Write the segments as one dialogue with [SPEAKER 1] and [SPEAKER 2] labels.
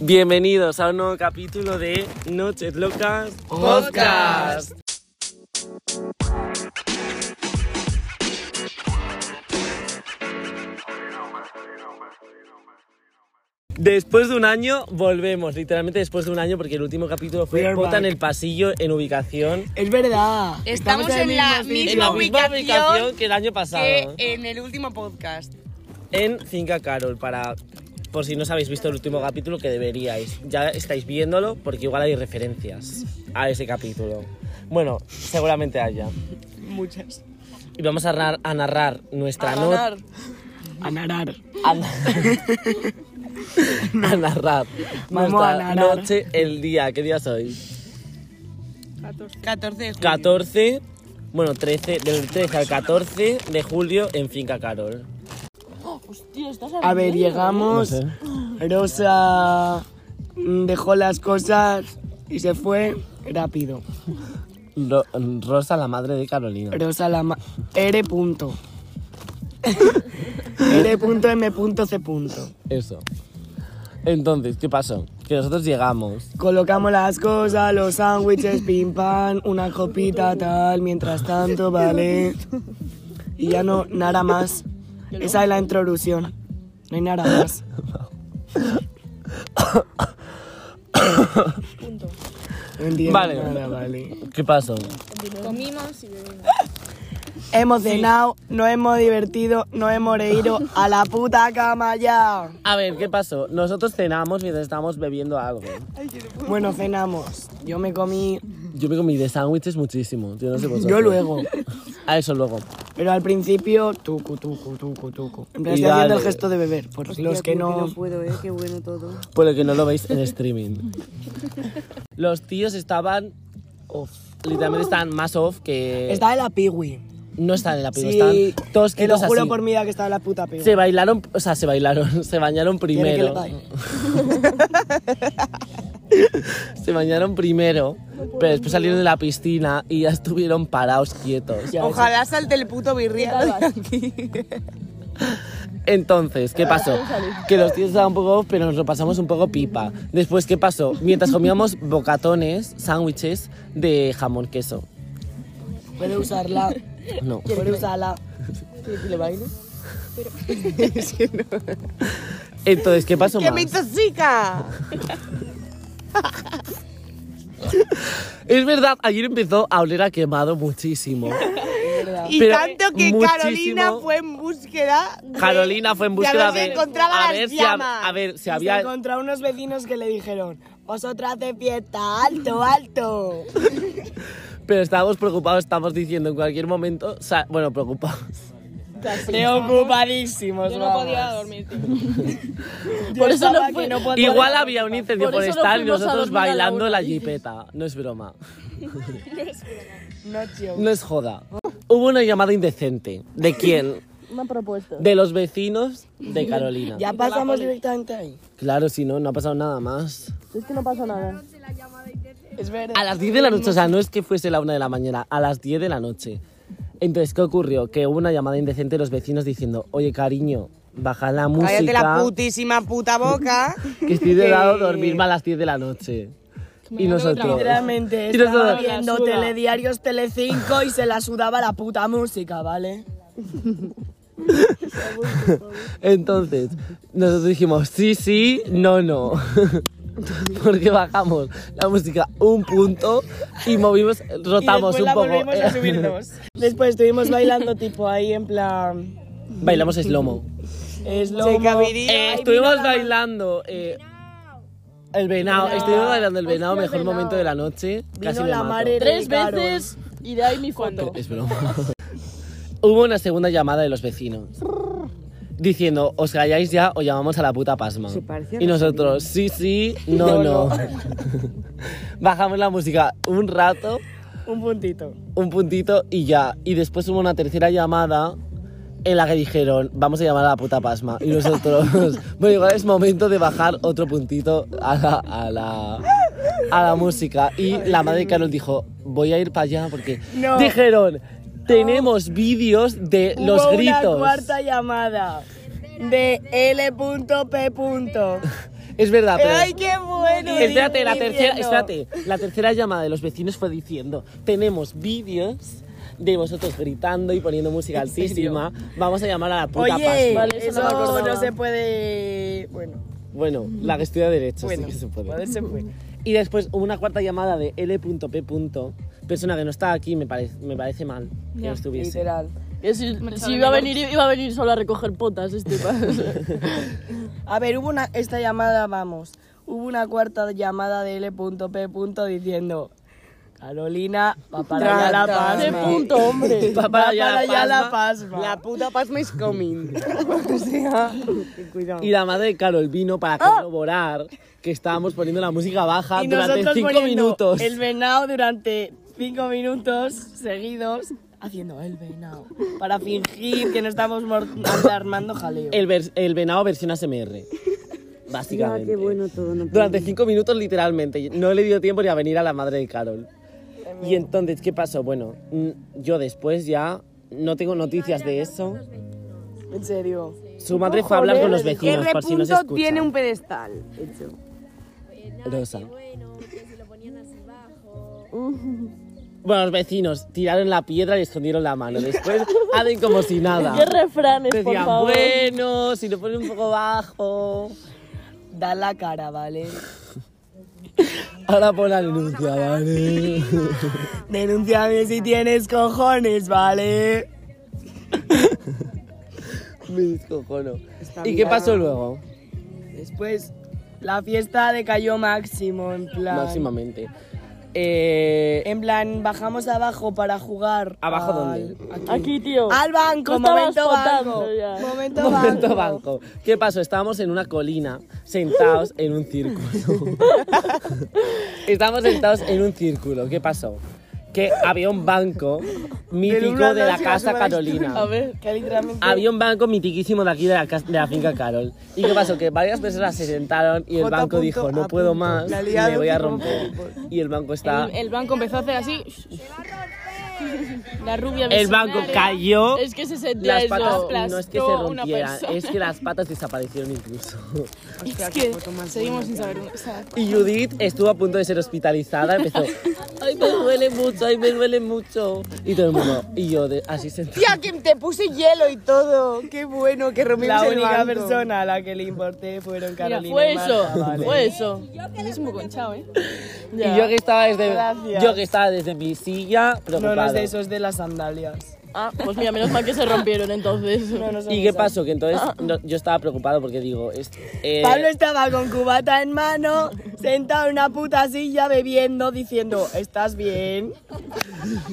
[SPEAKER 1] Bienvenidos a un nuevo capítulo de Noches Locas
[SPEAKER 2] Podcast.
[SPEAKER 1] Después de un año volvemos, literalmente después de un año, porque el último capítulo
[SPEAKER 2] We
[SPEAKER 1] fue
[SPEAKER 2] are
[SPEAKER 1] Pota en
[SPEAKER 2] back.
[SPEAKER 1] el pasillo en ubicación.
[SPEAKER 2] Es verdad.
[SPEAKER 3] Estamos en la misma
[SPEAKER 1] En la misma
[SPEAKER 3] ubicación
[SPEAKER 1] ubicación que el año pasado.
[SPEAKER 3] que en el último podcast.
[SPEAKER 1] en Finca Carol para por si no os habéis visto el último capítulo que deberíais. Ya estáis viéndolo porque igual hay referencias a ese capítulo. Bueno, seguramente haya.
[SPEAKER 3] Muchas.
[SPEAKER 1] Y vamos a narrar, a narrar nuestra
[SPEAKER 3] A
[SPEAKER 1] no-
[SPEAKER 3] ganar.
[SPEAKER 2] A narar.
[SPEAKER 1] a na- a narrar
[SPEAKER 2] Vamos
[SPEAKER 1] nuestra
[SPEAKER 2] a narrar.
[SPEAKER 1] noche, el día. ¿Qué día soy?
[SPEAKER 3] 14 de julio.
[SPEAKER 1] 14, bueno, 13, del 13 al 14 de julio en Finca Carol.
[SPEAKER 3] Hostia, estás
[SPEAKER 2] A ver, llegamos.
[SPEAKER 1] No sé.
[SPEAKER 2] Rosa mm, dejó las cosas y se fue rápido.
[SPEAKER 1] Ro- Rosa, la madre de Carolina.
[SPEAKER 2] Rosa la ma- R. Punto. R. Punto M. Punto C. Punto.
[SPEAKER 1] Eso. Entonces, ¿qué pasó? Que nosotros llegamos.
[SPEAKER 2] Colocamos las cosas, los sándwiches, pim pam, una copita tal, mientras tanto, vale. Y ya no, nada más. Esa es la introducción. No hay nada más. No entiendo
[SPEAKER 1] Vale.
[SPEAKER 2] nada, vale.
[SPEAKER 1] ¿Qué pasó?
[SPEAKER 3] Comimos y bebimos.
[SPEAKER 2] Hemos cenado, nos hemos divertido, nos hemos reído. ¡A la puta cama ya!
[SPEAKER 1] A ver, ¿qué pasó? Nosotros cenamos mientras estábamos bebiendo algo.
[SPEAKER 2] Bueno, cenamos. Yo me comí...
[SPEAKER 1] Yo me comí de sándwiches muchísimo. Yo no sé vosotros.
[SPEAKER 2] Yo luego.
[SPEAKER 1] A eso luego.
[SPEAKER 2] Pero al principio, tucu, tucu, tucu, tucu. En plan,
[SPEAKER 1] Y
[SPEAKER 2] estoy haciendo
[SPEAKER 1] dale.
[SPEAKER 2] el gesto de beber, por los que no...
[SPEAKER 3] puedo, eh, qué bueno todo.
[SPEAKER 1] Por lo que no lo veis en streaming. Los tíos estaban off. Literalmente estaban más off que.
[SPEAKER 2] Estaba en la piwi.
[SPEAKER 1] No están en la pila,
[SPEAKER 2] Sí,
[SPEAKER 1] están todos
[SPEAKER 2] te lo
[SPEAKER 1] quietos
[SPEAKER 2] juro
[SPEAKER 1] así.
[SPEAKER 2] por mi vida que estaba en la puta piwi.
[SPEAKER 1] Se bailaron, o sea, se bailaron, se bañaron
[SPEAKER 2] Quiere que le
[SPEAKER 1] primero.
[SPEAKER 2] baile.
[SPEAKER 1] Se bañaron primero, pero después salieron de la piscina y ya estuvieron parados quietos.
[SPEAKER 2] Ya,
[SPEAKER 3] Ojalá salte el puto birria de aquí.
[SPEAKER 1] Entonces, ¿qué pasó? Que los tíos estaban un poco off, pero nos lo pasamos un poco pipa. Después, ¿qué pasó? Mientras comíamos bocatones, sándwiches de jamón queso.
[SPEAKER 2] eso. Puede usarla.
[SPEAKER 1] No.
[SPEAKER 2] Puede usarla.
[SPEAKER 3] ¿Que le baile?
[SPEAKER 1] Entonces, ¿qué pasó
[SPEAKER 3] ¡Que
[SPEAKER 1] más?
[SPEAKER 3] me intoxica!
[SPEAKER 1] Es verdad, ayer empezó a oler a quemado muchísimo.
[SPEAKER 3] Y
[SPEAKER 1] Pero
[SPEAKER 3] tanto que
[SPEAKER 1] muchísimo-
[SPEAKER 3] Carolina fue en búsqueda. de-
[SPEAKER 1] Carolina fue en búsqueda
[SPEAKER 3] de.
[SPEAKER 1] de...
[SPEAKER 3] haber encontrado
[SPEAKER 1] a
[SPEAKER 3] las
[SPEAKER 1] ver, si hab-
[SPEAKER 3] llamas.
[SPEAKER 1] a, ver si
[SPEAKER 2] Había...
[SPEAKER 1] había...
[SPEAKER 2] encontrado unos vecinos que le dijeron, vosotras de fiesta, alto, alto.
[SPEAKER 1] Pero estábamos preocupados, estamos diciendo en cualquier momento... sa- Bueno, preocupados.
[SPEAKER 2] Preocupadísimos, Yo no podía dormir. por eso no, fue, no podía
[SPEAKER 1] Igual había un incendio
[SPEAKER 4] Por eso nos
[SPEAKER 1] forestal y
[SPEAKER 4] fuimos a
[SPEAKER 1] nosotros
[SPEAKER 4] dormir a la
[SPEAKER 1] bailando
[SPEAKER 4] una.
[SPEAKER 1] la jipeta. No es broma.
[SPEAKER 2] No, tío.
[SPEAKER 1] No es joda. Hubo una llamada indecente. ¿De quién?
[SPEAKER 4] Una propuesta.
[SPEAKER 1] De los vecinos de Carolina.
[SPEAKER 2] Ya pasamos directamente ahí.
[SPEAKER 1] Claro, si no, no ha pasado nada más.
[SPEAKER 4] Es que no pasa nada.
[SPEAKER 2] Es verdad.
[SPEAKER 1] A las 10 de la noche, o sea, no es que fuese la 1 de la mañana, a las 10 de la noche. Entonces, ¿qué ocurrió? Que hubo una llamada indecente de los vecinos diciendo, oye, cariño, baja la música,
[SPEAKER 3] Cállate la putísima puta boca.
[SPEAKER 1] que estoy de lado dormirme a las 10 de la noche. Y nosotros...
[SPEAKER 2] Literalmente
[SPEAKER 1] Y nosotros-
[SPEAKER 2] estaba viendo telediarios Telecinco y se la sudaba la puta música, ¿vale?
[SPEAKER 1] Entonces, nosotros dijimos, sí, sí, no, no. Porque bajamos la música un punto y movimos, rotamos
[SPEAKER 2] y después
[SPEAKER 1] un
[SPEAKER 2] la
[SPEAKER 1] poco.
[SPEAKER 2] volvimos a subir dos. Después estuvimos bailando tipo ahí en plan...
[SPEAKER 1] Bailamos slomo.
[SPEAKER 2] Es
[SPEAKER 3] Se
[SPEAKER 1] Eh, estuvimos bailando. eh, el venado, estuvimos bailando el venado, mejor momento de la noche. Casi
[SPEAKER 2] Vino
[SPEAKER 1] me
[SPEAKER 2] la
[SPEAKER 1] mato.
[SPEAKER 2] madre
[SPEAKER 4] Tres veces y de ahí mi foto.
[SPEAKER 1] Es broma. Hubo una segunda llamada de los vecinos. Diciendo, os calláis ya o llamamos a la puta pasma. Y nosotros, sí, sí, no, no. Bajamos la música un rato,
[SPEAKER 2] Un puntito.
[SPEAKER 1] un puntito y ya. Y después hubo una tercera llamada en la que dijeron, vamos a llamar a la puta pasma. Y nosotros, bueno, igual es momento de bajar otro puntito a la, a la, a la música. Y la madre de Carol dijo, voy a ir para allá porque
[SPEAKER 2] No.
[SPEAKER 1] dijeron, tenemos vídeos de los
[SPEAKER 2] Hubo
[SPEAKER 1] gritos.
[SPEAKER 2] una cuarta llamada de L.P.
[SPEAKER 1] Es verdad, Ah, pero...
[SPEAKER 3] Ay, qué bueno.
[SPEAKER 1] Espérate, la tercera,
[SPEAKER 3] diciendo.
[SPEAKER 1] espérate. La tercera llamada de los vecinos fue diciendo, tenemos vídeos de vosotros gritando y poniendo música altísima. Vamos a llamar a la puta
[SPEAKER 3] Oye,
[SPEAKER 1] pasma.
[SPEAKER 4] Vale, eso
[SPEAKER 3] eso
[SPEAKER 4] no me
[SPEAKER 3] no,
[SPEAKER 4] acordaba.
[SPEAKER 3] se puede. Bueno,
[SPEAKER 1] Bueno, la que estudia Derecho
[SPEAKER 3] bueno.
[SPEAKER 1] sí que se puede.
[SPEAKER 3] Poder se puede.
[SPEAKER 1] Y después hubo una cuarta llamada de L.P. Persona que no está aquí, me, parece me parece mal que no estuviese.
[SPEAKER 4] Literal. Que si, si iba, a venir, iba a venir solo a recoger potas este pa-
[SPEAKER 2] A ver, hubo una, esta llamada, vamos, hubo una cuarta llamada de L.P. diciendo, Carolina, va para allá la
[SPEAKER 3] Trata.
[SPEAKER 4] De
[SPEAKER 2] pasma.
[SPEAKER 4] punto, hombre.
[SPEAKER 1] Va
[SPEAKER 2] Va
[SPEAKER 1] para allá la pasma.
[SPEAKER 2] la pasma.
[SPEAKER 3] La puta pasma is coming. o sea, cuidado.
[SPEAKER 1] Y la madre de Carol vino para corroborar que estábamos poniendo la música baja
[SPEAKER 2] Y
[SPEAKER 1] durante
[SPEAKER 2] nosotros
[SPEAKER 1] cinco
[SPEAKER 2] poniendo
[SPEAKER 1] minutos.
[SPEAKER 2] el venado durante cinco minutos seguidos haciendo el venado para fingir que no estamos mor- armando jaleo.
[SPEAKER 1] El, vers- el venado versión ASMR. Básicamente. Durante cinco minutos, literalmente. No le dio tiempo ni a venir a la madre de Carol. Y entonces, ¿qué pasó? Bueno, mm, yo después ya no tengo noticias de eso.
[SPEAKER 4] En serio.
[SPEAKER 1] Su madre fue a hablar con los
[SPEAKER 3] ¿Qué
[SPEAKER 1] vecinos, por si no se
[SPEAKER 3] repunto
[SPEAKER 1] escucha.
[SPEAKER 3] tiene un pedestal? Hecho.
[SPEAKER 1] Rosa.
[SPEAKER 5] bueno, que se lo ponían así bajo.
[SPEAKER 1] Bueno, los vecinos tiraron la piedra y escondieron la mano. Después hacen como si nada.
[SPEAKER 4] ¿Qué refranes, por
[SPEAKER 1] Decían,
[SPEAKER 4] favor?
[SPEAKER 1] bueno, si lo ponen un poco bajo.
[SPEAKER 2] Da la cara, ¿vale?
[SPEAKER 1] Ahora pon la denuncia, ¿vale?
[SPEAKER 2] Denúnciame si tienes cojones, ¿vale?
[SPEAKER 1] Me descojono. ¿Y qué pasó luego?
[SPEAKER 2] Después, la fiesta decayó máximo, en plan...
[SPEAKER 1] Máximamente. Eh,
[SPEAKER 2] En plan, bajamos abajo para jugar.
[SPEAKER 1] ¿Abajo
[SPEAKER 2] al-
[SPEAKER 1] dónde?
[SPEAKER 2] aquí.
[SPEAKER 4] Aquí, tío.
[SPEAKER 2] Al banco,
[SPEAKER 4] Tú estabas
[SPEAKER 2] momento banco.
[SPEAKER 4] contando ya.
[SPEAKER 2] Momento banco.
[SPEAKER 1] Momento banco. ¿Qué pasó? Estábamos en una colina, sentados en un círculo. Estábamos sentados en un círculo. ¿Qué pasó? Que había un banco mítico
[SPEAKER 2] una
[SPEAKER 1] de la
[SPEAKER 2] noche
[SPEAKER 1] casa
[SPEAKER 2] nos
[SPEAKER 1] Carolina.
[SPEAKER 4] A ver.
[SPEAKER 2] Que literalmente...
[SPEAKER 1] Había un banco mitiquísimo de aquí, de la, cas- de la finca Carol. ¿Y qué pasó? Que varias personas se sentaron y el
[SPEAKER 2] J.
[SPEAKER 1] banco dijo,
[SPEAKER 2] punto,
[SPEAKER 1] no
[SPEAKER 2] A.
[SPEAKER 1] puedo
[SPEAKER 2] punto.
[SPEAKER 1] más,
[SPEAKER 2] La
[SPEAKER 1] y me
[SPEAKER 2] liaron
[SPEAKER 1] voy a
[SPEAKER 2] tipo
[SPEAKER 1] romper. Y el banco está...
[SPEAKER 6] El banco empezó a hacer así. La rubia
[SPEAKER 1] El banco
[SPEAKER 6] visionaria.
[SPEAKER 1] cayó.
[SPEAKER 4] Es que se sentía
[SPEAKER 1] Las
[SPEAKER 4] eso.
[SPEAKER 1] patas no es que se
[SPEAKER 6] aplastó una
[SPEAKER 1] rompieran,
[SPEAKER 6] persona.
[SPEAKER 1] es que las patas desaparecieron incluso.
[SPEAKER 6] Es que seguimos sin saber. dónde- o sea,
[SPEAKER 1] Y Judith estuvo a punto de ser hospitalizada, empezó, ay, me duele mucho, ay, me duele mucho. Y todo el mundo, y yo de- así sentado.
[SPEAKER 3] Tía, que te puse hielo y todo. Qué bueno que rompimos
[SPEAKER 2] La
[SPEAKER 3] el
[SPEAKER 2] única
[SPEAKER 3] banco.
[SPEAKER 2] persona a la que le importé fueron
[SPEAKER 6] mira,
[SPEAKER 2] Carolina.
[SPEAKER 6] fue
[SPEAKER 2] y Marta,
[SPEAKER 6] eso.
[SPEAKER 2] vale.
[SPEAKER 6] Fue eso. Es muy conchado, ¿eh?
[SPEAKER 1] Y yo que estaba desde,
[SPEAKER 2] Gracias.
[SPEAKER 1] yo que estaba desde mi silla
[SPEAKER 2] No
[SPEAKER 1] preocupado.
[SPEAKER 2] los de esos de las sandalias.
[SPEAKER 4] Ah, pues mira, menos mal que se rompieron entonces.
[SPEAKER 1] ¿Y qué pasó? Que entonces no- yo estaba preocupado porque digo, es- eh,
[SPEAKER 2] Pablo estaba con cubata en mano, sentado en una puta silla bebiendo, diciendo, ¿estás bien?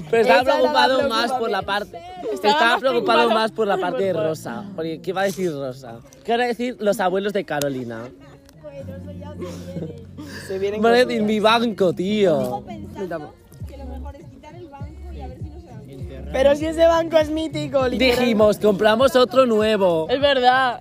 [SPEAKER 1] pero estaba
[SPEAKER 2] esa era la
[SPEAKER 1] preocupado más por la parte, estaba, preocupado
[SPEAKER 6] más preocupado
[SPEAKER 1] más por la parte de
[SPEAKER 4] por-
[SPEAKER 1] Rosa, porque ¿qué va a decir Rosa? ¿Qué van a decir los abuelos de Carolina?
[SPEAKER 5] Bueno, eso ya se viene.
[SPEAKER 2] Se vienen
[SPEAKER 1] Van a
[SPEAKER 2] con-
[SPEAKER 1] decir mi banco, tío.
[SPEAKER 5] Pensando que lo mejor es quitar el banco y a ver si no se dan cuenta.
[SPEAKER 2] Pero si ese banco es mítico, literal.
[SPEAKER 1] Dijimos, compramos otro nuevo.
[SPEAKER 4] Es verdad.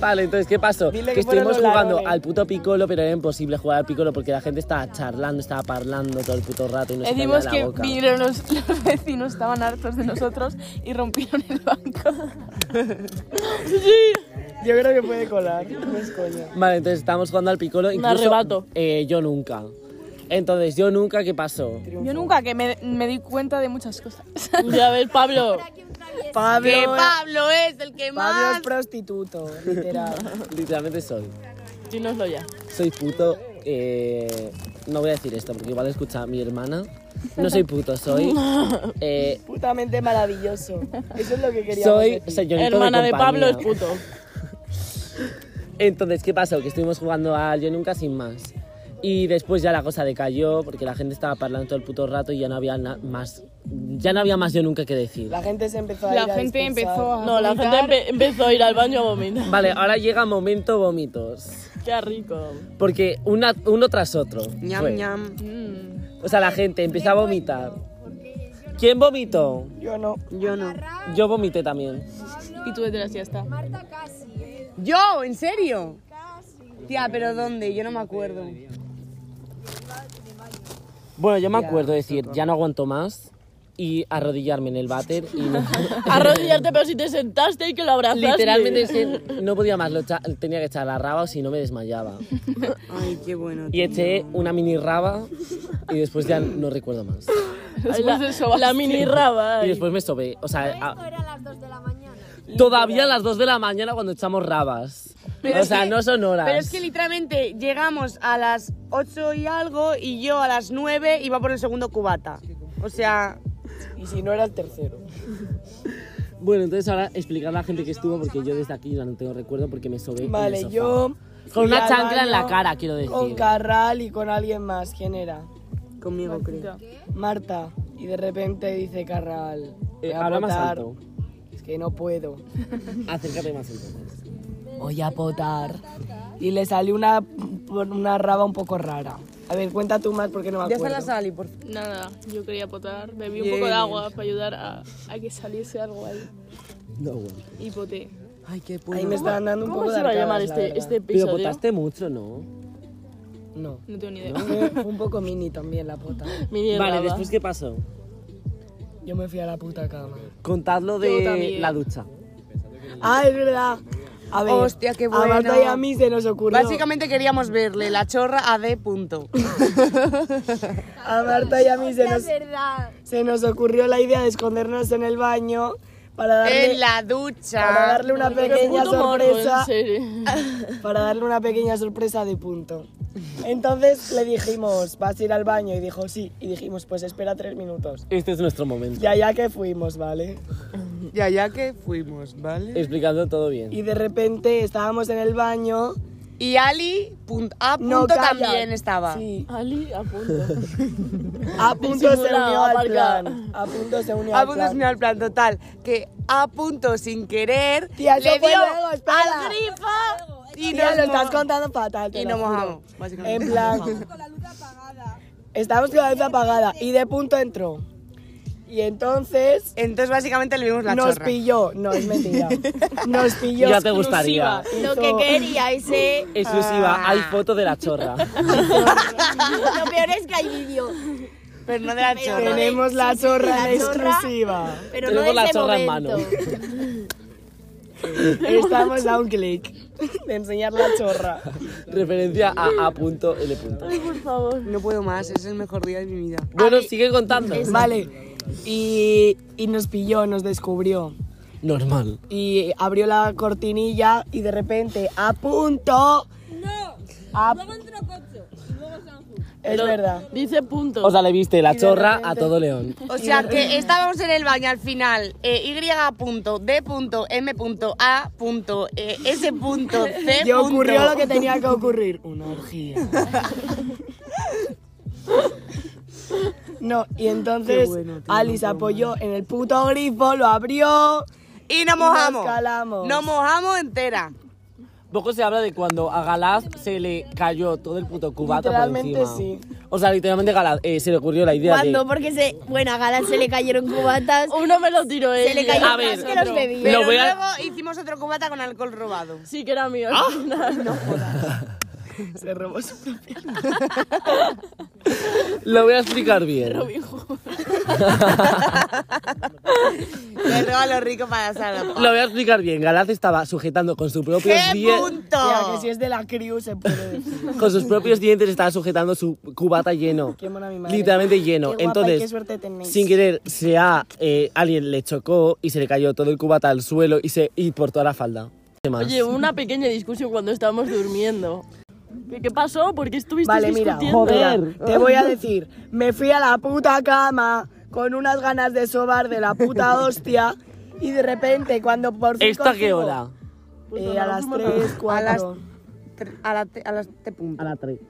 [SPEAKER 1] Vale, entonces, ¿qué pasó?
[SPEAKER 2] Dile
[SPEAKER 1] Que,
[SPEAKER 2] que fueron
[SPEAKER 1] estuvimos
[SPEAKER 2] los
[SPEAKER 1] jugando
[SPEAKER 2] ladrones.
[SPEAKER 1] al puto picolo, pero era imposible jugar al picolo porque la gente estaba charlando, estaba parlando todo el puto rato y nos
[SPEAKER 6] Decimos
[SPEAKER 1] Pues la
[SPEAKER 6] que
[SPEAKER 1] boca.
[SPEAKER 6] vinieron los, los vecinos, estaban hartos de nosotros y rompieron el banco.
[SPEAKER 2] Yo creo que puede colar, no es coña.
[SPEAKER 1] Vale, entonces estábamos jugando al picolo. Incluso,
[SPEAKER 4] arrebato.
[SPEAKER 1] eh, yo nunca. Entonces, yo nunca, ¿qué pasó?
[SPEAKER 6] Yo nunca que me, me di cuenta de muchas cosas.
[SPEAKER 4] Ya ves, Pablo.
[SPEAKER 2] Pablo,
[SPEAKER 3] Que Pablo es el que
[SPEAKER 2] Pablo es
[SPEAKER 3] más.
[SPEAKER 2] prostituto, literal.
[SPEAKER 1] Literalmente soy.
[SPEAKER 4] Dínoslo ya.
[SPEAKER 1] Soy puto. eh, no voy a decir esto porque igual escucha a mi hermana. No soy puto, soy. eh,
[SPEAKER 2] Putamente maravilloso. Eso es lo que queríamos
[SPEAKER 1] soy
[SPEAKER 2] decir.
[SPEAKER 1] señorito
[SPEAKER 4] Hermana de Pablo
[SPEAKER 1] compañía.
[SPEAKER 4] es puto.
[SPEAKER 1] Entonces, ¿qué pasó? Que estuvimos jugando al Yo Nunca sin más. Y después ya la cosa decayó porque la gente estaba hablando todo el puto rato y ya no había na- más. Ya no había más Yo Nunca que decir.
[SPEAKER 2] La gente se empezó a
[SPEAKER 6] La
[SPEAKER 2] ir a
[SPEAKER 6] gente
[SPEAKER 2] expulsar.
[SPEAKER 6] empezó a.
[SPEAKER 4] No, la gente
[SPEAKER 6] vomitar.
[SPEAKER 4] empe- empezó a ir al baño a vomitar.
[SPEAKER 1] Vale, ahora llega momento vómitos.
[SPEAKER 4] Qué rico.
[SPEAKER 1] Porque una, uno tras otro.
[SPEAKER 3] Ñam,
[SPEAKER 1] fue.
[SPEAKER 3] ñam.
[SPEAKER 1] O sea, la gente empieza a vomitar. ¿Quién vomitó?
[SPEAKER 2] Yo no.
[SPEAKER 3] Yo no.
[SPEAKER 1] Yo vomité también.
[SPEAKER 6] Y tú detrás ya está.
[SPEAKER 5] Marta casi, ¿eh?
[SPEAKER 3] ¿Yo? ¿En serio? Tía, ¿pero dónde? Yo no me acuerdo.
[SPEAKER 1] Bueno, yo me acuerdo de decir, ya no aguanto más. y arrodillarme en el váter y no,
[SPEAKER 4] Arrodillarte, pero si te sentaste y que lo abrazaste.
[SPEAKER 1] literalmente es que no podía más, lo echa- tenía que echar la raba o si no me desmayaba.
[SPEAKER 3] Ay, qué bueno.
[SPEAKER 1] Y
[SPEAKER 3] tío.
[SPEAKER 1] eché una mini raba y después ya no recuerdo más.
[SPEAKER 4] La,
[SPEAKER 6] Después de eso,
[SPEAKER 4] la mini raba.
[SPEAKER 1] Y
[SPEAKER 4] ay.
[SPEAKER 1] después me sobé, o sea, a-
[SPEAKER 5] era a las 2 de la mañana.
[SPEAKER 1] todavía a las 2 de la mañana cuando echamos rabas.
[SPEAKER 3] Pero
[SPEAKER 1] o
[SPEAKER 3] es
[SPEAKER 1] sea,
[SPEAKER 3] que-
[SPEAKER 1] no son horas.
[SPEAKER 3] Pero es que literalmente llegamos a las 8 y algo y yo a las 9 iba por el segundo cubata. O sea,
[SPEAKER 2] Y si no era el tercero.
[SPEAKER 1] Bueno, entonces ahora explicar a la gente que estuvo, porque yo desde aquí ya no tengo recuerdo porque me sobé. en el
[SPEAKER 2] Vale,
[SPEAKER 1] sofá.
[SPEAKER 2] yo.
[SPEAKER 1] Con una
[SPEAKER 2] fui al
[SPEAKER 1] chancla en la
[SPEAKER 2] baño
[SPEAKER 1] cara, quiero
[SPEAKER 2] Con
[SPEAKER 1] decir.
[SPEAKER 2] Carral y con alguien más. ¿Quién era?
[SPEAKER 3] conmigo creo.
[SPEAKER 2] Marta. Y de repente dice Carral.
[SPEAKER 1] Eh,
[SPEAKER 2] voy a
[SPEAKER 1] habla más
[SPEAKER 2] votar.
[SPEAKER 1] alto.
[SPEAKER 2] Es que no puedo.
[SPEAKER 1] Acércate más entonces.
[SPEAKER 2] Voy a potar. Y le salió una, una raba un poco rara. A ver, cuenta tú más porque no me
[SPEAKER 3] Ya está
[SPEAKER 2] acuerdo.
[SPEAKER 3] la Sally, por favor.
[SPEAKER 6] Nada, yo quería potar. Bebí un poco de agua para ayudar a, a que saliese algo ahí.
[SPEAKER 1] No, bueno.
[SPEAKER 6] Y poté.
[SPEAKER 3] Ay, qué
[SPEAKER 2] Ahí me están dando un
[SPEAKER 4] ¿Cómo
[SPEAKER 2] poco de
[SPEAKER 4] se va a
[SPEAKER 2] arcadas,
[SPEAKER 4] llamar
[SPEAKER 2] la
[SPEAKER 4] este,
[SPEAKER 2] verdad.
[SPEAKER 4] este
[SPEAKER 1] Pero
[SPEAKER 4] episodio?
[SPEAKER 1] votaste mucho, ¿no?
[SPEAKER 2] No.
[SPEAKER 6] No tengo ni idea.
[SPEAKER 2] Fue fue un poco mini también la pota.
[SPEAKER 4] Mini
[SPEAKER 1] Vale,
[SPEAKER 4] raba.
[SPEAKER 1] después ¿qué pasó?
[SPEAKER 2] Yo me fui a la puta cama.
[SPEAKER 1] Contadlo
[SPEAKER 6] Yo
[SPEAKER 1] de
[SPEAKER 6] también.
[SPEAKER 1] la ducha.
[SPEAKER 2] Ah, es verdad. A ver,
[SPEAKER 3] Hostia, qué
[SPEAKER 2] A Marta
[SPEAKER 3] bueno.
[SPEAKER 2] y a mí se nos ocurrió.
[SPEAKER 3] Básicamente queríamos verle la chorra a D. Punto.
[SPEAKER 2] A Marta y a mí se nos,
[SPEAKER 5] verdad.
[SPEAKER 2] se nos ocurrió la idea de escondernos en el baño para darle,
[SPEAKER 3] En la ducha.
[SPEAKER 2] para darle una pequeña
[SPEAKER 4] Puto morbo,
[SPEAKER 2] sorpresa.
[SPEAKER 4] en serio.
[SPEAKER 2] Para darle una pequeña sorpresa de punto. Entonces le dijimos, ¿vas a ir al baño? Y dijo, sí. Y dijimos, pues espera tres minutos.
[SPEAKER 1] Este es nuestro momento.
[SPEAKER 2] Y allá que fuimos, ¿vale?
[SPEAKER 3] Y allá que fuimos, ¿vale?
[SPEAKER 1] Explicando todo bien.
[SPEAKER 2] Y de repente estábamos en el baño.
[SPEAKER 3] Y Ali punto, A.
[SPEAKER 2] No,
[SPEAKER 3] punto
[SPEAKER 2] calla.
[SPEAKER 3] también estaba.
[SPEAKER 2] Sí.
[SPEAKER 4] Ali, a punto.
[SPEAKER 2] A punto se
[SPEAKER 4] Disimulado,
[SPEAKER 2] unió al
[SPEAKER 4] aparcado.
[SPEAKER 2] plan. A punto se unió
[SPEAKER 3] A
[SPEAKER 2] al
[SPEAKER 3] punto
[SPEAKER 2] plan.
[SPEAKER 3] sin al plan total. Que a punto sin querer
[SPEAKER 2] Tía, eso
[SPEAKER 3] le
[SPEAKER 2] fue
[SPEAKER 3] dio
[SPEAKER 2] luego, espera.
[SPEAKER 3] al grifo y
[SPEAKER 2] Tía,
[SPEAKER 3] nos
[SPEAKER 2] lo
[SPEAKER 3] mo-
[SPEAKER 2] estás contando fatal. te
[SPEAKER 3] y
[SPEAKER 2] lo
[SPEAKER 3] nos
[SPEAKER 2] juro.
[SPEAKER 3] mojamos, básicamente.
[SPEAKER 2] En plan,
[SPEAKER 5] Con la luz apagada.
[SPEAKER 2] estábamos con la luz apagada y de punto entró. Y entonces
[SPEAKER 3] Entonces básicamente le vimos la
[SPEAKER 2] nos
[SPEAKER 3] chorra.
[SPEAKER 2] pilló. No, es mentira. Nos pilló.
[SPEAKER 1] Ya te gustaría.
[SPEAKER 2] Lo que
[SPEAKER 5] queríais, eh.
[SPEAKER 1] Exclusiva, hay foto de la chorra.
[SPEAKER 5] Lo peor es que hay vídeo.
[SPEAKER 3] Pero no de la
[SPEAKER 5] Pero
[SPEAKER 3] chorra.
[SPEAKER 5] no de-
[SPEAKER 2] Tenemos la
[SPEAKER 5] Sí, sí,
[SPEAKER 2] zorra
[SPEAKER 5] la
[SPEAKER 2] en
[SPEAKER 5] zorra.
[SPEAKER 2] exclusiva.
[SPEAKER 5] Pero
[SPEAKER 1] Tenemos
[SPEAKER 5] no
[SPEAKER 1] la
[SPEAKER 5] de ese
[SPEAKER 1] chorra en
[SPEAKER 5] momento.
[SPEAKER 1] mano.
[SPEAKER 2] Estamos a un clic de enseñar la chorra.
[SPEAKER 1] Referencia a A.L.
[SPEAKER 4] Ay, por favor.
[SPEAKER 3] No puedo más, es el mejor día de mi vida.
[SPEAKER 1] Bueno, sigue contando.
[SPEAKER 2] Vale. Y, y nos pilló, nos descubrió.
[SPEAKER 1] Normal.
[SPEAKER 2] Y abrió la cortinilla y de repente, a punto.
[SPEAKER 5] No.
[SPEAKER 2] A,
[SPEAKER 5] Luego entró Cocho y luego Sanju.
[SPEAKER 2] es verdad.
[SPEAKER 4] Dice punto.
[SPEAKER 1] O sea, le viste la chorra a todo león.
[SPEAKER 3] O sea que estábamos en el baño al final, eh, Y punto, D punto, M punto, A punto, eh, S punto, C
[SPEAKER 2] Y ocurrió
[SPEAKER 3] punto.
[SPEAKER 2] lo que tenía que ocurrir. Una orgía. No, y entonces Alice apoyó en el puto grifo, lo abrió.
[SPEAKER 3] Y nos
[SPEAKER 2] nos
[SPEAKER 3] mojamos.
[SPEAKER 2] calamos.
[SPEAKER 3] Nos mojamos entera.
[SPEAKER 1] Poco se habla de cuando a Galaz se le cayó todo el puto cubata
[SPEAKER 2] Literalmente
[SPEAKER 1] por encima.
[SPEAKER 2] sí.
[SPEAKER 1] O sea, literalmente Galaz eh, se le ocurrió la idea de...
[SPEAKER 5] Porque se, bueno, a Galán se le cayeron cubatas.
[SPEAKER 4] Uno me lo tiró él.
[SPEAKER 5] Se le cayó
[SPEAKER 1] A
[SPEAKER 5] más
[SPEAKER 1] ver,
[SPEAKER 5] que los bebía.
[SPEAKER 1] Lo
[SPEAKER 3] Pero
[SPEAKER 1] voy a-
[SPEAKER 3] luego hicimos otro cubata con alcohol robado.
[SPEAKER 4] Sí que era mío. al final.
[SPEAKER 2] Se robó su
[SPEAKER 1] Lo voy a explicar bien.
[SPEAKER 3] Le regalo rico para la sala.
[SPEAKER 1] Lo voy a explicar bien. Galaz estaba sujetando con, sus propios
[SPEAKER 3] ¡Qué
[SPEAKER 1] die-
[SPEAKER 2] Tía, que
[SPEAKER 3] punto!
[SPEAKER 2] si es de la crew se puede decir.
[SPEAKER 1] con sus propios dientes, estaba sujetando su cubata lleno.
[SPEAKER 2] Qué mona mi madre.
[SPEAKER 1] Literalmente lleno.
[SPEAKER 2] Qué guapa y
[SPEAKER 1] Entonces,
[SPEAKER 2] qué suerte tenéis.
[SPEAKER 1] sin querer, se ha, eh, alguien le chocó y se le cayó todo el cubata al suelo y, se, y por toda la falda. ¿Qué más?
[SPEAKER 4] Oye, una pequeña discusión cuando estábamos durmiendo. ¿Qué, qué pasó? ¿Por qué estuvisteis
[SPEAKER 2] Vale, mira,
[SPEAKER 4] discutiendo?
[SPEAKER 2] joder, te voy a decir, me fui a la puta cama con unas ganas de sobar de la puta hostia y de repente cuando por fin
[SPEAKER 1] ¿Esta qué
[SPEAKER 2] consigo-
[SPEAKER 1] hora?
[SPEAKER 2] Eh, a las 3,
[SPEAKER 3] A las
[SPEAKER 2] 4,
[SPEAKER 3] tre- A, la te- a las te punto.
[SPEAKER 1] A la 3.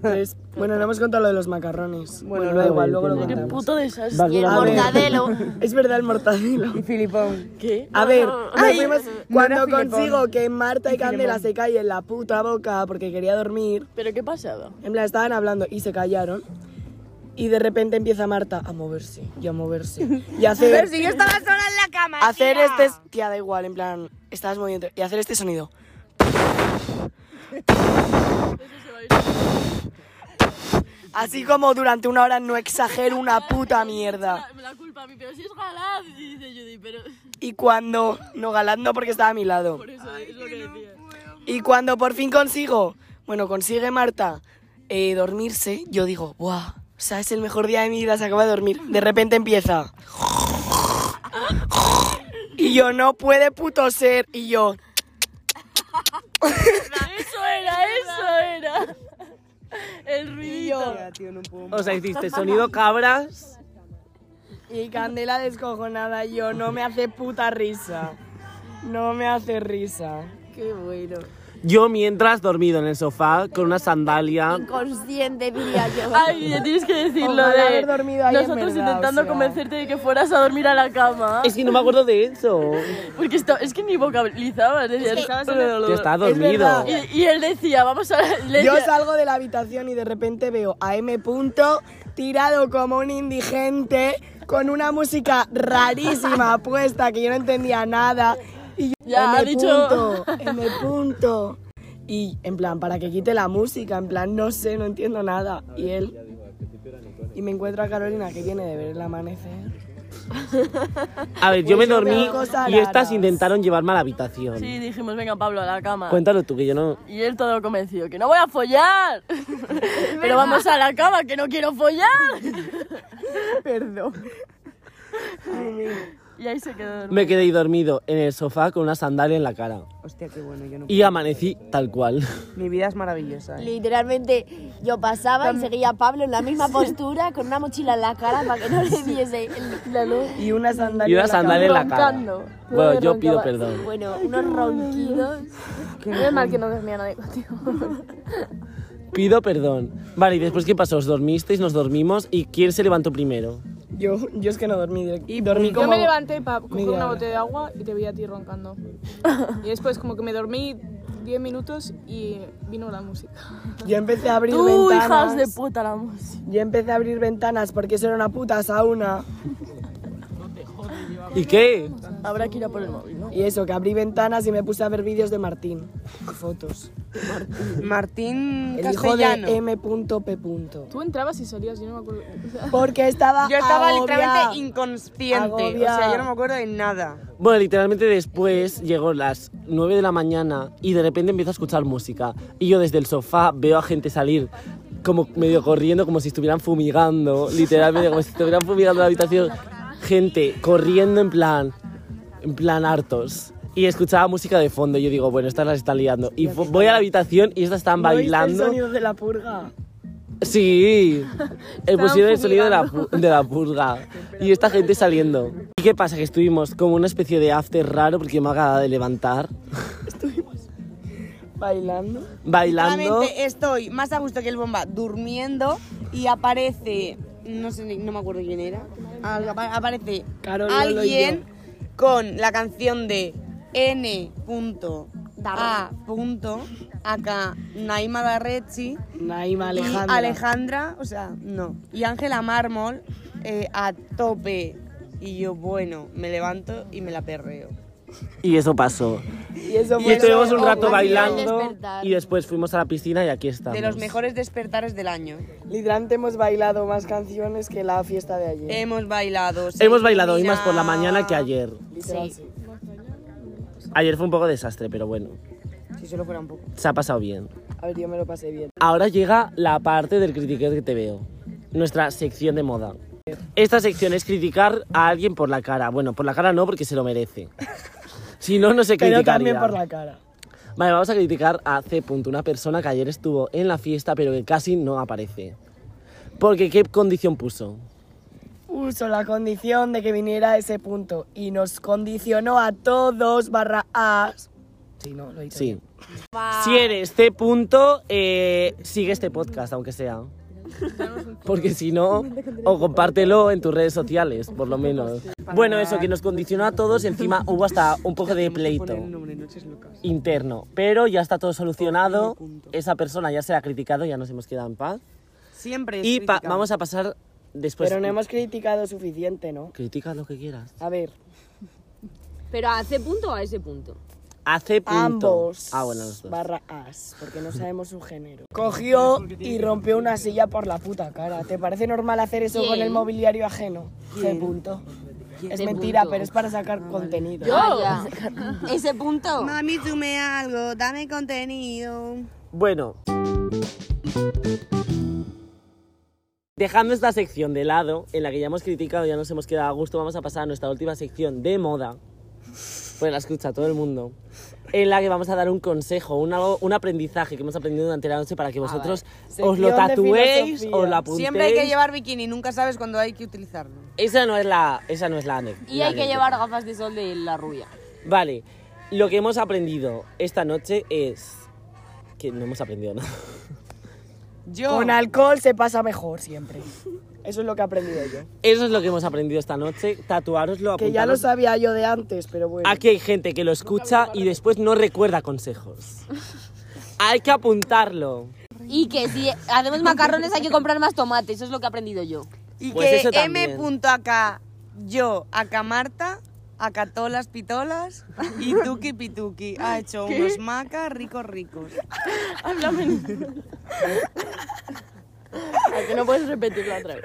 [SPEAKER 2] 3. Bueno, no hemos contado lo de los macarrones. Bueno,
[SPEAKER 1] luego,
[SPEAKER 2] da igual, luego lo
[SPEAKER 1] entiendo.
[SPEAKER 4] Qué
[SPEAKER 2] contamos.
[SPEAKER 4] puto desastre.
[SPEAKER 1] Vale,
[SPEAKER 2] A ver,
[SPEAKER 5] Mortadelo.
[SPEAKER 2] Es verdad el mortadelo.
[SPEAKER 3] Y Filipón.
[SPEAKER 4] ¿Qué?
[SPEAKER 2] A ver, nos
[SPEAKER 3] Ay,
[SPEAKER 2] fuimos-
[SPEAKER 3] no era
[SPEAKER 2] cuando
[SPEAKER 3] Filipón.
[SPEAKER 2] consigo que Marta y Candela se callen la puta boca porque quería dormir,
[SPEAKER 4] ¿Pero qué pasaba?
[SPEAKER 2] En plan, estaban hablando y se callaron. Y de repente empieza Marta a moverse y a moverse. Y a
[SPEAKER 3] Pero
[SPEAKER 2] hacer,
[SPEAKER 3] si yo estaba sola en la cama.
[SPEAKER 2] a hacer
[SPEAKER 3] tía.
[SPEAKER 2] este. Tía, da igual, en plan, estabas moviendo. Y hacer este sonido. Así como durante una hora no exagero una puta mierda.
[SPEAKER 4] Me la culpa a mí, pero si es galán. Y dice Judy, pero.
[SPEAKER 2] Y cuando... No, Galán no porque estaba a mi lado.
[SPEAKER 4] Por eso es lo que decía.
[SPEAKER 2] Y cuando por fin consigo, bueno, consigue Marta eh, dormirse, yo digo, ¡buah! O sea, es el mejor día de mi vida, se acaba de dormir. De repente empieza. Y yo, no puede puto ser. Y yo,
[SPEAKER 4] Eso era, eso era. El ruido.
[SPEAKER 1] O sea, hiciste sonido cabras.
[SPEAKER 2] Y Candela descojonada, yo, no me hace puta risa. No me hace risa.
[SPEAKER 7] Qué bueno.
[SPEAKER 1] Yo mientras dormido en el sofá con una sandalia.
[SPEAKER 7] Inconsciente, diría yo.
[SPEAKER 4] Ay, ya tienes que decir lo
[SPEAKER 2] Ojalá
[SPEAKER 4] de
[SPEAKER 2] haber dormido ahí en
[SPEAKER 4] nosotros
[SPEAKER 2] verdad,
[SPEAKER 4] intentando
[SPEAKER 2] o sea.
[SPEAKER 4] convencerte de que fueras a dormir a la cama.
[SPEAKER 1] Es que no me acuerdo de eso.
[SPEAKER 4] Porque esto, es que ni vocalizabas. decías,
[SPEAKER 1] Ya está dormido.
[SPEAKER 2] verdad.
[SPEAKER 4] y, y él decía, vamos a... le
[SPEAKER 2] Yo
[SPEAKER 4] decía-
[SPEAKER 2] salgo de la habitación y de repente veo a M. Punto tirado como un indigente con una música rarísima puesta que yo no entendía nada. Y yo,
[SPEAKER 4] Ya,
[SPEAKER 2] M.
[SPEAKER 4] ha dicho-
[SPEAKER 2] Punto, M. Punto. Y en plan, para que quite la música, en plan, no sé, no entiendo nada. Y él. Y me encuentro a Carolina que viene de ver el amanecer.
[SPEAKER 1] A ver, yo me
[SPEAKER 2] Pues yo
[SPEAKER 1] dormí
[SPEAKER 2] veo cosas
[SPEAKER 1] y estas
[SPEAKER 2] raras.
[SPEAKER 1] intentaron llevarme a la habitación.
[SPEAKER 4] Sí, dijimos, venga, Pablo, a la cama.
[SPEAKER 1] Cuéntalo tú, que yo no.
[SPEAKER 4] Y él todo convencido, que no voy a follar. Pero vamos a la cama, que no quiero follar. Perdón. Y ahí se quedó. dormido.
[SPEAKER 1] Me quedé ahí dormido en el sofá con una sandalia en la cara.
[SPEAKER 8] Hostia, qué bueno, yo no...
[SPEAKER 1] Y amanecí tal cual.
[SPEAKER 8] Mi vida es maravillosa. ¿eh?
[SPEAKER 7] Literalmente, yo pasaba y seguía a Pablo en la misma postura, con una mochila en la cara para que no le viese el- la luz.
[SPEAKER 2] Y una sandalia.
[SPEAKER 1] Y una
[SPEAKER 2] en la
[SPEAKER 1] sandalia en la cara.
[SPEAKER 6] Roncando.
[SPEAKER 1] Bueno, yo pido
[SPEAKER 6] Roncaba.
[SPEAKER 1] perdón.
[SPEAKER 7] Bueno, unos ronquidos.
[SPEAKER 6] Menos mal que no dormía nadie contigo.
[SPEAKER 1] Pido perdón. Vale, y después, ¿qué pasó? Os dormisteis, nos dormimos. ¿Y quién se levantó primero?
[SPEAKER 2] cama. Yo, yo es que no dormí. direct- Y dormí como.
[SPEAKER 6] Yo me levanté para coger
[SPEAKER 2] Media
[SPEAKER 6] una
[SPEAKER 2] hora.
[SPEAKER 6] botella de agua y te vi a ti roncando. Y después como que me dormí 10 minutos y vino la música.
[SPEAKER 2] Yo empecé a abrir
[SPEAKER 4] Tú,
[SPEAKER 2] ventanas.
[SPEAKER 4] hijas de puta, la música.
[SPEAKER 2] Yo empecé a abrir ventanas porque eso era una puta sauna.
[SPEAKER 1] ¿Y qué?
[SPEAKER 4] Habrá que ir a por el móvil, ¿no?
[SPEAKER 2] Y eso, que abrí ventanas y me puse a ver vídeos de Martín. y Fotos.
[SPEAKER 3] Martín
[SPEAKER 2] El hijo de
[SPEAKER 3] Castellano.
[SPEAKER 2] M.P.
[SPEAKER 6] Tú entrabas y salías, yo no me acuerdo.
[SPEAKER 2] Porque estaba
[SPEAKER 3] yo estaba
[SPEAKER 2] agobiada.
[SPEAKER 3] literalmente inconsciente. O sea,
[SPEAKER 2] Agobiada.
[SPEAKER 3] yo no me acuerdo de nada.
[SPEAKER 1] Bueno, literalmente después llegó las 9 de la mañana y de repente empiezo a escuchar música. Y yo desde el sofá veo a gente salir como medio corriendo, como si estuvieran fumigando, literalmente como si estuvieran fumigando la habitación. Gente corriendo en plan, en plan hartos. Y escuchaba música de fondo. Y yo digo, bueno, estas las están liando. Y fu- voy a la habitación y estas están
[SPEAKER 2] ¿No oíste
[SPEAKER 1] bailando.
[SPEAKER 2] el sonido de la purga?
[SPEAKER 1] Sí, Eh, pues el pusieron el sonido de la,
[SPEAKER 6] fumigando.
[SPEAKER 1] pu- de la purga y esta gente saliendo. ¿Y qué pasa? Que estuvimos como una especie de after raro porque me acababa de levantar,
[SPEAKER 2] Bailando.
[SPEAKER 1] bailando.
[SPEAKER 3] Claramente estoy más a gusto que el bomba durmiendo y aparece, no sé, ni- no me acuerdo quién era, al- apa- aparece
[SPEAKER 2] Carol, Lolo y
[SPEAKER 3] alguien con la canción de N. punto A. punto, Acá Naima Darrechi
[SPEAKER 2] Naima
[SPEAKER 3] y
[SPEAKER 2] Alejandra.
[SPEAKER 3] Alejandra, o sea, no, y Ángela Mármol eh, a tope. Y yo, bueno, me levanto y me la perreo.
[SPEAKER 1] Y eso pasó.
[SPEAKER 3] eh,
[SPEAKER 2] Y eso
[SPEAKER 1] Y
[SPEAKER 2] fue
[SPEAKER 1] estuvimos un
[SPEAKER 2] lo-
[SPEAKER 1] rato
[SPEAKER 7] al
[SPEAKER 1] bailando
[SPEAKER 7] despertar.
[SPEAKER 1] y después fuimos a la piscina y aquí estamos.
[SPEAKER 3] De los mejores despertares del año.
[SPEAKER 2] Literalmente hemos bailado más canciones que la fiesta de ayer.
[SPEAKER 3] Hemos bailado.
[SPEAKER 1] Hemos bailado hoy más por la
[SPEAKER 3] Selena.
[SPEAKER 1] mañana que ayer.
[SPEAKER 2] Literal, sí.
[SPEAKER 1] Ayer fue un poco desastre, pero bueno,
[SPEAKER 3] Si solo fuera un poco.
[SPEAKER 1] se ha pasado bien.
[SPEAKER 2] A ver, yo me lo pasé bien.
[SPEAKER 1] Ahora llega la parte del critiqueo que te veo. Nuestra sección de moda. Esta sección es criticar a alguien por la cara. Bueno, por la cara no, porque se lo merece. Si no, no se criticaría.
[SPEAKER 2] Pero también por la cara.
[SPEAKER 1] Vale, vamos a criticar a C. Una persona que ayer estuvo en la fiesta, pero que casi no aparece. Porque, ¿qué condición puso?
[SPEAKER 2] puso la condición de que viniera a ese punto y nos condicionó a todos barra a... Sí, no, lo he dicho
[SPEAKER 1] Sí. Si eres C. Punto, eh, sigue este podcast, aunque sea. Porque si no, o compártelo en tus redes sociales, por lo menos. Bueno, eso, que nos condicionó a todos y encima hubo hasta un poco de pleito interno. Pero ya está todo solucionado, esa persona ya se la ha criticado, ya nos hemos quedado en paz.
[SPEAKER 3] Siempre.
[SPEAKER 1] Y pa- vamos a pasar después.
[SPEAKER 2] Pero no hemos criticado suficiente, ¿no?
[SPEAKER 1] Critica lo que quieras.
[SPEAKER 2] A ver,
[SPEAKER 7] Pero a ese punto o a ese punto.
[SPEAKER 1] Hace punto.
[SPEAKER 2] Ambos.
[SPEAKER 1] Ah, bueno, los dos.
[SPEAKER 2] Barra as, porque no sabemos su género. Cogió y rompió una silla por la puta cara. ¿Te parece normal hacer eso con el mobiliario ajeno? G punto. Es mentira, pero es para sacar contenido.
[SPEAKER 7] Ese punto.
[SPEAKER 3] Mami, sume algo, dame contenido.
[SPEAKER 1] Bueno. Dejando esta sección de lado, en la que ya hemos criticado, ya nos hemos quedado a gusto, vamos a pasar a nuestra última sección de moda. Pues la escucha todo el mundo. En la que vamos a dar un consejo, un, algo- un aprendizaje que hemos aprendido durante la noche para que vosotros os lo
[SPEAKER 2] Sección de
[SPEAKER 1] tatuéis,
[SPEAKER 2] filosofía.
[SPEAKER 1] os lo apuntéis.
[SPEAKER 3] Siempre hay que llevar bikini, nunca sabes cuándo hay que utilizarlo.
[SPEAKER 1] Esa no es la, esa no es la ane-
[SPEAKER 4] Y
[SPEAKER 1] la
[SPEAKER 4] hay que
[SPEAKER 1] anécdota.
[SPEAKER 4] llevar gafas de sol de la rubia.
[SPEAKER 1] Vale, lo que hemos aprendido esta noche es que no hemos aprendido nada.
[SPEAKER 3] Yo,
[SPEAKER 2] Con alcohol se pasa mejor siempre. Eso es lo que he aprendido yo.
[SPEAKER 1] Eso es lo que hemos aprendido esta noche. Tatuároslo,
[SPEAKER 2] Que ya lo
[SPEAKER 1] apuntaros-
[SPEAKER 2] sabía yo de antes, pero bueno.
[SPEAKER 1] Aquí hay gente que lo escucha y después no recuerda consejos. Hay que apuntarlo.
[SPEAKER 4] Y que si hacemos macarrones hay que comprar más tomate, eso es lo que he aprendido yo.
[SPEAKER 3] y
[SPEAKER 1] pues
[SPEAKER 3] que
[SPEAKER 1] eso también.
[SPEAKER 3] M punto acá, yo, acá Marta, acá tolas pitolas y tuki pituki. Ha hecho unos macas ricos ricos.
[SPEAKER 4] Que no puedes repetirlo otra vez.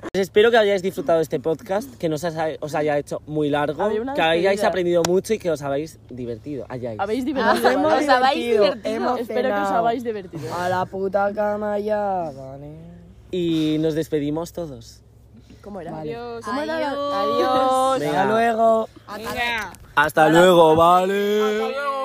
[SPEAKER 1] Pues espero que hayáis disfrutado de este podcast, que no os haya, os haya hecho muy largo,
[SPEAKER 4] Había una
[SPEAKER 1] que hayáis
[SPEAKER 4] despedida.
[SPEAKER 1] aprendido mucho y que os habéis divertido. Hayáis.
[SPEAKER 4] Habéis Ah, divertido.
[SPEAKER 2] hemos
[SPEAKER 4] ¿vale? os habéis
[SPEAKER 2] divertido,
[SPEAKER 4] divertido.
[SPEAKER 2] hemos
[SPEAKER 4] Espero que os
[SPEAKER 2] cenado.
[SPEAKER 4] habéis divertido.
[SPEAKER 2] A la puta cama ya, vale.
[SPEAKER 1] Y nos despedimos todos.
[SPEAKER 4] ¿Cómo era?
[SPEAKER 6] Adiós.
[SPEAKER 4] Adiós.
[SPEAKER 2] Hasta luego.
[SPEAKER 1] Hasta luego, vale.
[SPEAKER 6] Hasta luego.